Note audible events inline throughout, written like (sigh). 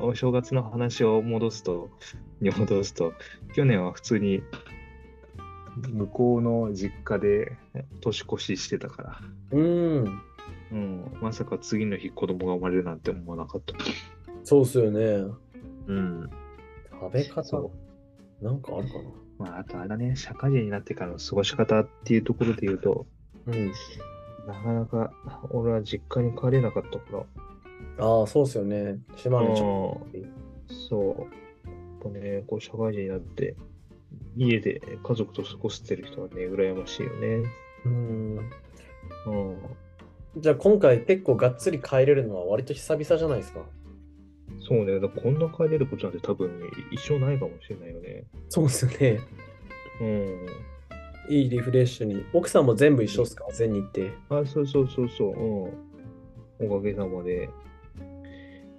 お正月の話を戻すと、に戻すと、去年は普通に向こうの実家で、年越ししてたから、うん。うん、まさか次の日子供が生まれるなんて思わなかった。そうっすよね。うん。食べ方そ、なんかあるかう。まあ、あとあれだね、社会人になってからの過ごし方っていうところで言うと、な。うん。なかなか俺は実家に帰れなかったから、ああ、そうっすよね。島根ちょそう。やっぱね、こう社会人になって、家で家族と過ごしてる人はね、羨ましいよね。うん。うん。じゃあ今回結構がっつり帰れるのは割と久々じゃないですか。そうね、だからこんな帰れることなんて多分ね、一生ないかもしれないよね。そうっすよね。うん。いいリフレッシュに。奥さんも全部一緒っすか全日程。あ、そうそうそうそう、うん。おかげさまで。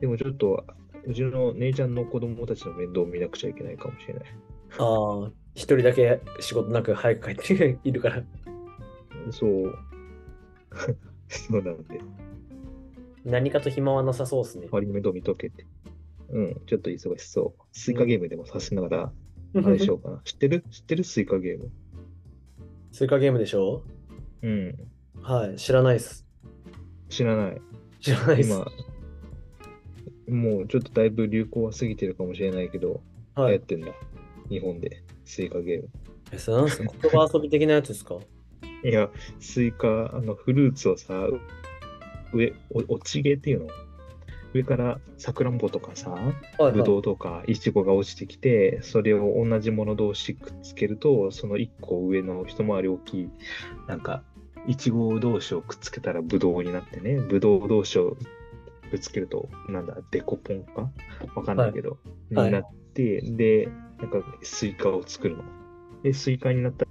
でもちょっと、うちの姉ちゃんの子供たちの面倒を見なくちゃいけないかもしれない。ああ、一人だけ仕事なく早く帰っているから。そう。 (laughs) そうなんで、何かと暇はなさそうっすね。周りの面倒見とけって。うん、ちょっと忙しそう。スイカゲームでもさせながら、あれしようかな。知ってる知ってるスイカゲーム。スイカゲームでしょうん。はい、知らないっす。知らない。知ら (laughs) ないっす。今、もうちょっとだいぶ流行は過ぎてるかもしれないけど、は流い行。ってんだ。日本で、スイカゲーム。え、 (laughs) それなんすか言葉遊び的なやつですかいや、スイカ、あの、フルーツをさ、上、お落ち毛っていうの上からさくらんぼとかさ、はいぶはいどうとかいちごが落ちてきて、それを同じもの同士くっつけると、その1個上の一回り大きい、なんか、いちご同士をくっつけたらぶどうになってね、ぶどう同士をぶつけると、なんだ、デコポンかわかんないけど、はいになって、で、なんかスイカを作るの。で、スイカになった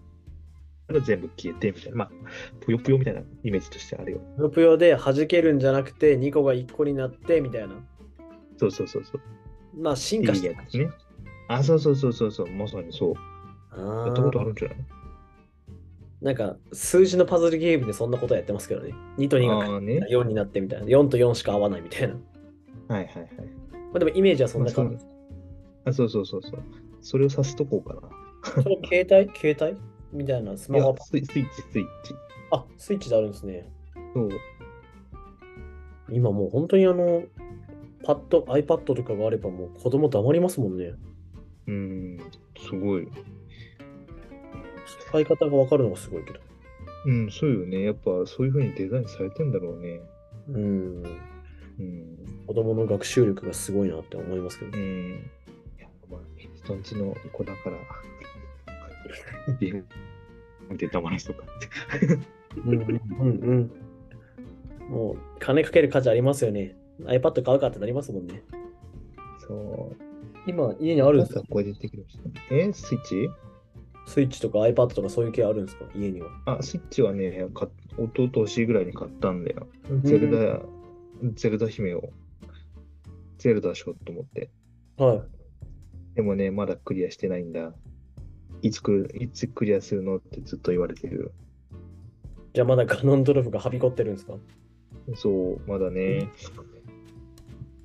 ら全部消えてみたいな、まあ、ぷよぷよみたいなイメージとしてあるよ。ぷよぷよで弾けるんじゃなくて2個が1個になってみたいな。そうそうそうそう。まあ進いい化やしてつね。あ、そうそうそうそうそう、まさにそう。あーやったことあるんじゃないなんか数字のパズルゲームでそんなことやってますけどね。2と2があーね。 4になってみたいな。4と4しか合わないみたいな。まはいはいはい。あ、でもイメージはそんなま感あじ。あ、そうそうそうそう。それを指すとこうかな。それ携帯携帯みたいなスマいやホスイスイッチ、スイッチ。アプリ。あ、スイッチであるんですね。そう。今もう本当にあの、パッド、iPad とかがあればもう子供黙りますもんね。うん、すごい。使い方がわかるのがすごいけど。うん、そうよね。やっぱそういうふうにデザインされてんだろうね。うん。うん。子供の学習力がすごいなって思いますけどう。ん。いや、まあ、人んちの子だ (laughs) から。ビーム見て黙らすとかって。うんうんうん。もう金かける価値ありますよね。iPad 買うかってなりますもんね。そう。今家にあるんですか個人的にもしてえ、スイッチスイッチとか iPad とかそういう系あるんですか家には。あ、スイッチはね、か一昨年ぐらいに買ったんだよ。ゼルダ、ゼルダ姫を、ゼルダしようと思って。はい。でもね、まだクリアしてないんだ。いつ来る、いつクリアするのってずっと言われてる。じゃあまだガノンドルフがはびこってるんですかそう、まだね。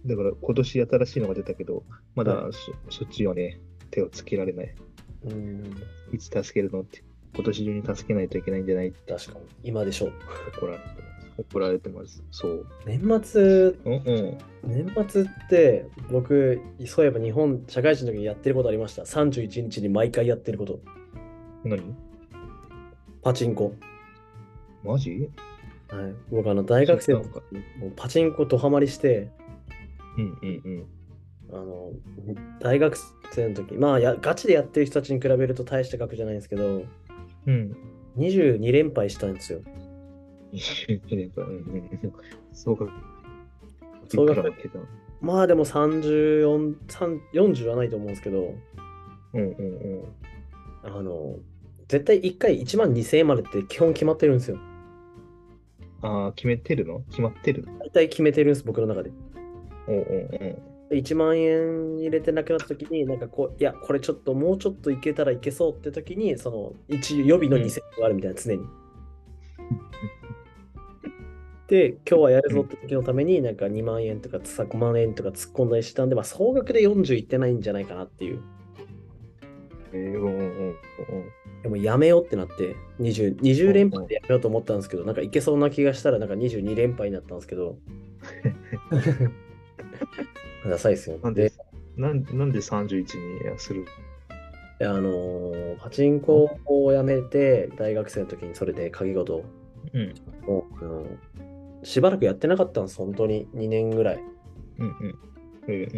だから今年新しいのが出たけど、まだそ,、そっちはね、手をつけられない。うん。いつ助けるのって、今年中に助けないといけないんじゃないって確かに。今でしょう。怒られてます。怒られてます。そう。年末、うんうん。年末って僕、そういえば日本社会人の時にやってることありました。31日に毎回やってること。何パチンコ。マジはい。僕あの大学生の時そっもうパチンコドハマりして、うんうんうん。あの大学生の時まあやガチでやってる人たちに比べると大した額じゃないんですけどうん。 22連敗したんですよ (laughs) そうか。総いくら額負けたまあでも3440はないと思うんですけどうんうんうん。あの絶対1回1万2000円までって基本決まってるんですよああ、決めてるの決まってるの大体決めてるんです僕の中でおうおうで1万円入れてなくなった時になんかこういやこれちょっともうちょっといけたらいけそうって時にその一予備の2000円があるみたいな常に、で、今日はやるぞって時のために、なんか2万円とか5万円とか突っ込んだりしたんで、まあ、総額で40いってないんじゃないかなっていう。えー、うんうんうんうん。でもやめようってなって、20, 20連敗でやめようと思ったんですけど、なんかいけそうな気がしたら、なんか22連敗になったんです (laughs) けど。ダサいですよ。なんで、なんなんで31にするであのーパチンコを辞めて、大学生の時にそれで鍵ごとうん。を、うんしばらくやってなかったんです、本当に2年ぐらい。うんうん。うん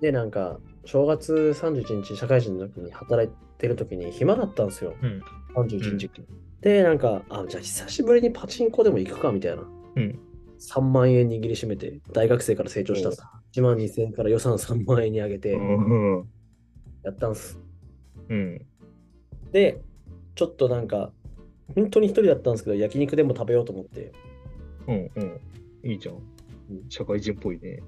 で、なんか、正月31日、社会人の時に働いてる時に暇だったんですよ、うん31日、で、なんか、あ、じゃあ久しぶりにパチンコでも行くかみたいな。うん3万円握りしめて、大学生から成長した1万2000円から予算3万円に上げてうん。うん。やったんです。うん。で、ちょっとなんか、本当に一人だったんですけど、焼肉でも食べようと思って、うんうん。いいじゃん。社会人っぽいね。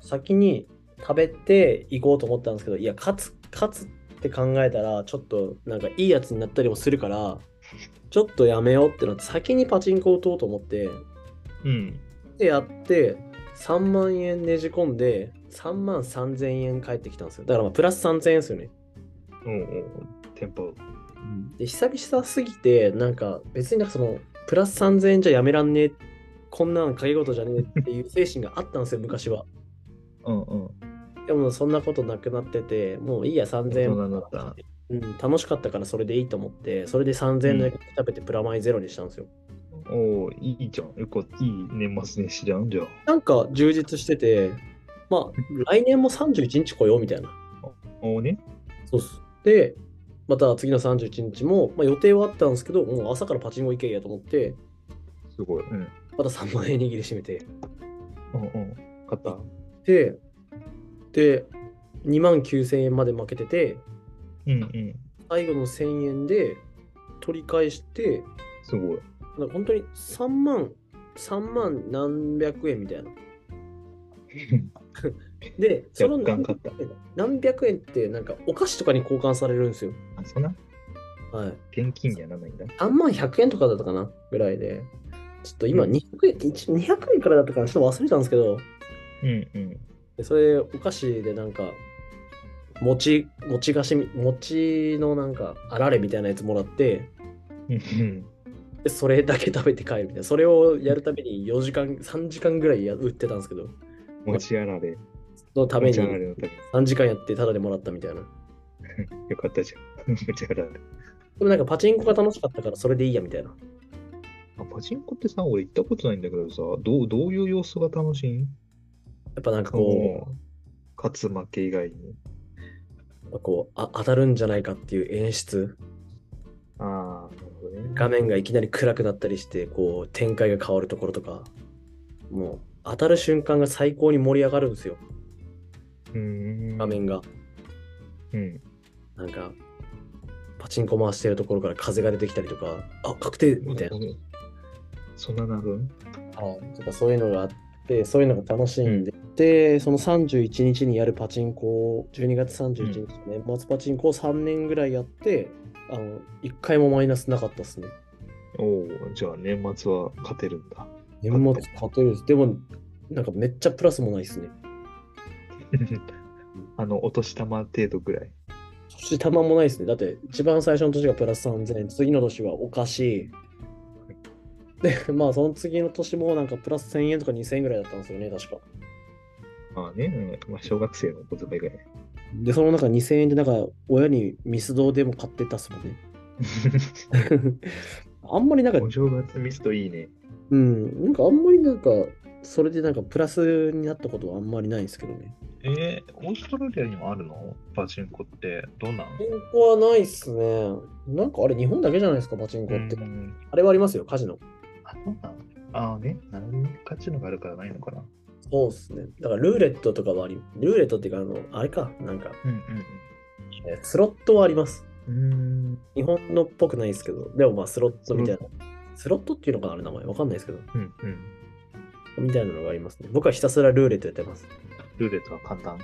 先に食べて行こうと思ったんですけど、いや、勝つ、勝つって考えたら、ちょっとなんかいいやつになったりもするから、ちょっとやめようってなって、先にパチンコ打とうと思って、うん。で、やって、3万円ねじ込んで、3万3000円返ってきたんですよ。だからまあプラス3000円ですよね。うんうん。テンポ。で久々すぎてなんか別になんかそのプラス3000円じゃやめらんねえこんなん鍵事じゃねえっていう精神があったん (laughs) ですよ昔はうんうん。でもそんなことなくなっててもういいや3000大円人になったうん、楽しかったからそれでいいと思ってそれで3000円の焼き肉食べてプラマイゼロにしたんですよ、おおいいじゃん。よかった。いい年末年始じゃん。じゃあ。 (laughs) なんか充実しててまあ来年も31日来ようみたいなおおね。そうっすでまた次の31日も、まあ、予定はあったんですけどもう朝からパチンコ行けやと思ってすごい。うん。また3万円握りしめてうんうん。勝ったで、で、2万9000円まで負けてて、うんうん。最後の1000円で取り返して、すごい。なんか本当に3万、3万何百円みた (laughs) いな。で、その若干勝何った。何百円ってなんかお菓子とかに交換されるんですよ。あ、そんなはい。現金にはならないんだ。 3万100円とかだったかなぐらいで。ちょっと今200円、一200円からだったかなちょっと忘れたんですけど、うんうん。でそれお菓子でなんか餅餅菓子み餅のなんかあられみたいなやつもらってうん (laughs) うん。でそれだけ食べて帰るみたいなそれをやるために4時間3時間ぐらいや売ってたんですけど持ちあられ。そのため持にちあられのため3時間やってタダでもらったみたいなよかったじゃん。 (laughs) 持ちあられ。でもなんかパチンコが楽しかったからそれでいいやみたいなあパチンコってさ、俺行ったことないんだけどさ、どうどういう様子が楽しいんやっぱなんかこうん勝つ負け以外に。うこうあ当たるんじゃないかっていう演出ああ、なるほどね。画面がいきなり暗くなったりしてこう展開が変わるところとかもう当たる瞬間が最高に盛り上がるんですようーん。画。面がうん。なんか、パチンコ回してるところから風が出てきたりとか、あ、確定みたいな。そんななるんはい、とかそういうのがあって、そういうのが楽しいんで、で、その31日にやるパチンコを、12月31日、年末パチンコを3年ぐらいやって、あの、1回もマイナスなかったですね。おおじゃあ年末は勝てるんだ。年末勝てるです。でも、なんかめっちゃプラスもないですね。あの、お年玉程度ぐらい。そしてたまもないですね。だって、一番最初の年がプラス3000円、次の年はおかしい。で、まあ、その次の年もなんかプラス1000円とか2000円ぐらいだったんですよね、確か。まあね、うんまあ、小学生の小遣いぐらい。で、その中2000円で、なんか、親にミスドでも買ってたっすもんね。あんまりなんかお、正月ミストいいね。うん、なんかあんまりなんか、それでなんかプラスになったことはあんまりないんですけどね。えー、オーストラリアにもあるのパチンコって。どうなんパチンコはないっすね。なんかあれ、日本だけじゃないですか、パチンコって。うんあれはありますよ、カジノ。あ、そうなんああね、なるほどね。勝ちのがあるからないのかな。そうっすね。だからルーレットとかはあり、ルーレットっていうか、あの、あれか、なんか、うんえースロットはあります。うんうん。う日本のっぽくないですけど、でもまあスロットみたいな。スロットっていうのかなあれ名前わかんないですけど、ーん。うんうん。みたいなのがありますね。僕はひたすらルーレットやってます。ルーレットは簡単。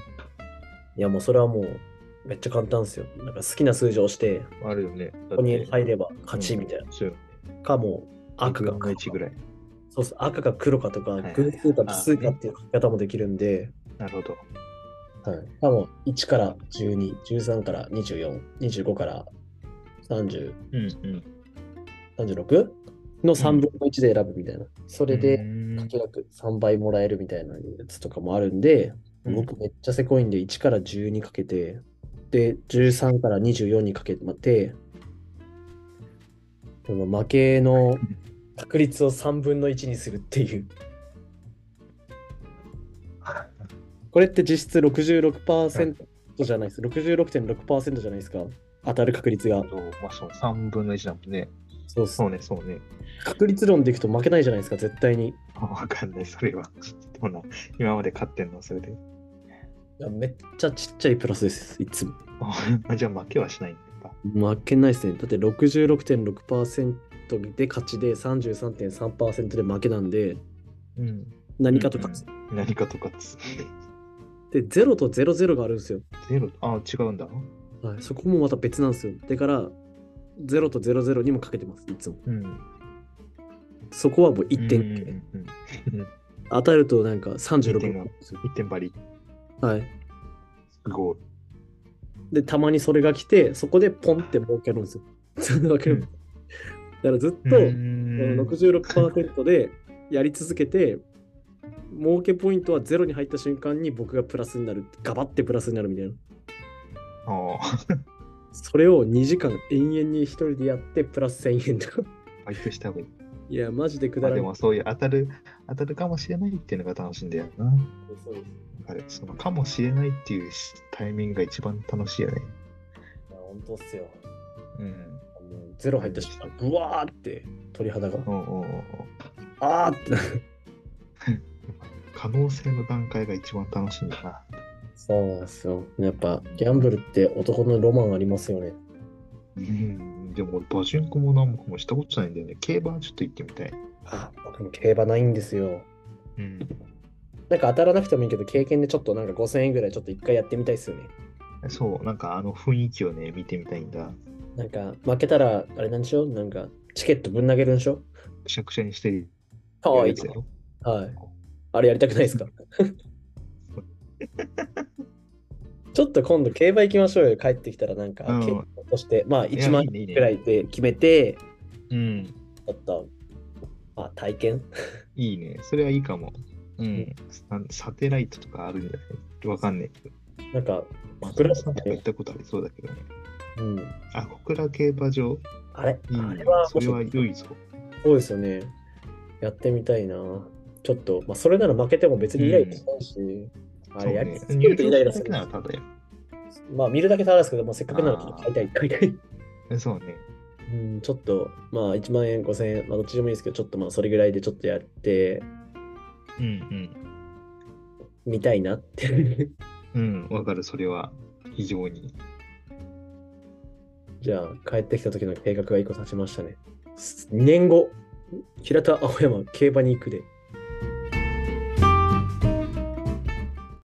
いやもうそれはもうめっちゃ簡単ですよ。なんか好きな数字を押して、あるよね。こここに入れば勝ちみたいな。な。そうよ。かもう悪が1ぐらい。そうそう赤か黒かとか、い偶数か奇数かっていう書き方もできるんで、なるほど。はい、多分1から12、13から24、25から30、うんうん。 36の3分の1で選ぶみたいな。それうで、んかけ額3倍もらえるみたいなやつとかもあるんで、うん僕めっちゃせこいんで、1から12かけて、で、13から24にかけて、その負けの確率を3分の1にするって (laughs) いう。これって実質66%じゃないです。66.6%じゃないですか。当たる確率が。まあ、そう3分の1だもんね。そうそ。そううね、そうね。確率論でいくと負けないじゃないですか、絶対に。 (laughs) わかんない、それは。 (laughs) でもな、今まで勝ってんの、それで。 (laughs) いやめっちゃちっちゃいプラスです、いつも。あじゃあ負けはしないんだやっ負けないですね。だって66.6%で勝ちで33.3%で負けなんで、ぱ。うん。何かと勝つ。うん。何かと勝つ。 (laughs) で、0と00があるんですよ。ゼロ、あ、違うんだ。はい、そこもまた別なんですよ。だから、0と00にもかけてます、いつも。うん。そこはもう1点、うんうんうん。当たるとなんか一点36がなんですよ。 1点張り。はい。すごい。で、たまにそれが来て、そこでポンって儲けるんですよ。 (laughs) それだけのうんだからずっと、うん66%でやり続けて、儲けポイントはゼロに入った瞬間に僕がプラスになる、ガバってプラスになるみたいな。ああ、それを2時間延々に一人でやって、プラス1000円とか。 (laughs) バイトした方がいい。いや、マジでくまだあらでない。もそういう当たる、当たるかもしれないっていうのが楽しいんだよな。そうですあれ、そのかもしれないっていうタイミングが一番楽しいよね。いや本当っすよ。うん。もうゼロ入った瞬間、うわーって鳥肌が、おうおうおうあーってなる。可能性の段階が一番楽しいんだな。そうなんですよ。やっぱ、ギャンブルって男のロマンありますよね。うん。でも、パチンコも何もしたことないんだよね。競馬はちょっと行ってみたい。あ、僕も競馬ないんですよ。うん。なんか当たらなくてもいいけど、経験でちょっとなんか5000円ぐらいちょっと一回やってみたいっすよね。そう、なんかあの雰囲気をね、見てみたいんだ。なんか、負けたら、あれなんでしょなんか、チケットぶん投げるんでしょくしゃくしゃにしてるかわいやいつ。だよ。はい。あれやりたくないで (laughs) すかちょっと今度、競馬行きましょうよ。帰ってきたら、なんか、うん結構として、まあ、や1万いいねいいね円ぐらいで決めて、うん。ちょっと、まあ、体験。いいね。それはいいかも。うん。あのサテライトとかあるんじゃないわかんないけど。なんか、松倉本さんとか行ったことありそうだけどね。うん。あ、小倉競馬場。あれ、いいあねれは。それは良いぞ。そうですよね。やってみたいな。ちょっと、まあ、それなら負けても別にイライラしないし、あそうれやりね続。け入るとイライ場ラすするるならただよ。まあ、見るだけただですけど、まあ、せっかくならちょっと買いたい、買いたい。そうね。 (laughs) うん、ちょっと、まあ、1万円、5000円、まあ、どっちでもいいですけど、ちょっとまあ、それぐらいでちょっとやってうんみたいなって。 (laughs) うん。うん、わかる、それは。非常に。じゃあ、帰ってきた時の計画が1個立ちましたね。2年後、平田青山競馬に行くで。